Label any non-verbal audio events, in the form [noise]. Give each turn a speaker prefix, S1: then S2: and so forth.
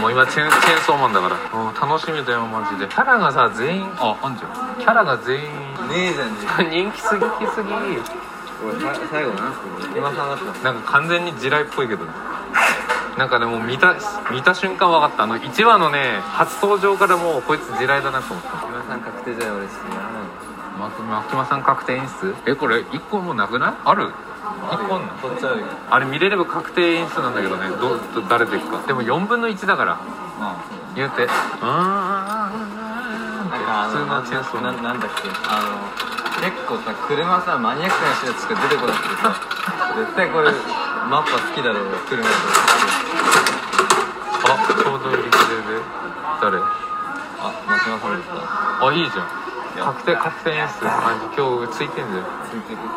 S1: もう今チェンチェンソーマンだからうん楽しみだよマジでキャラがさ全員ああんじゃんキャラが全員
S2: ねえじゃんじゃん
S1: 人気すぎきすぎ
S2: おいさ最後な今話した
S1: なんか完全に地雷っぽいけどねなんかでも見た見た瞬間分かったあの1話のね初登場からもうこいつ地雷だなと思った
S2: 今さん確定じゃ俺し
S1: マキマキマさん確定演出えこれ1個もうなくないある1個あんの
S2: こっちあるよ
S1: あれ見れれば確定演出なんだけどねどど誰でいくかでも4分の1だから
S2: まあそうだ
S1: 言うてうーん普通のチェーンソー
S2: な
S1: マン
S2: なんだっけあの結構さ車さマニアックな人たちしか出てこなくてさ [laughs] 絶対これマッパ好きだろう車と
S1: あちょうど陸上で誰
S2: あマシマさんでした
S1: あいいじゃん確定確定演出マジ今日ついてんじゃん
S2: ついてく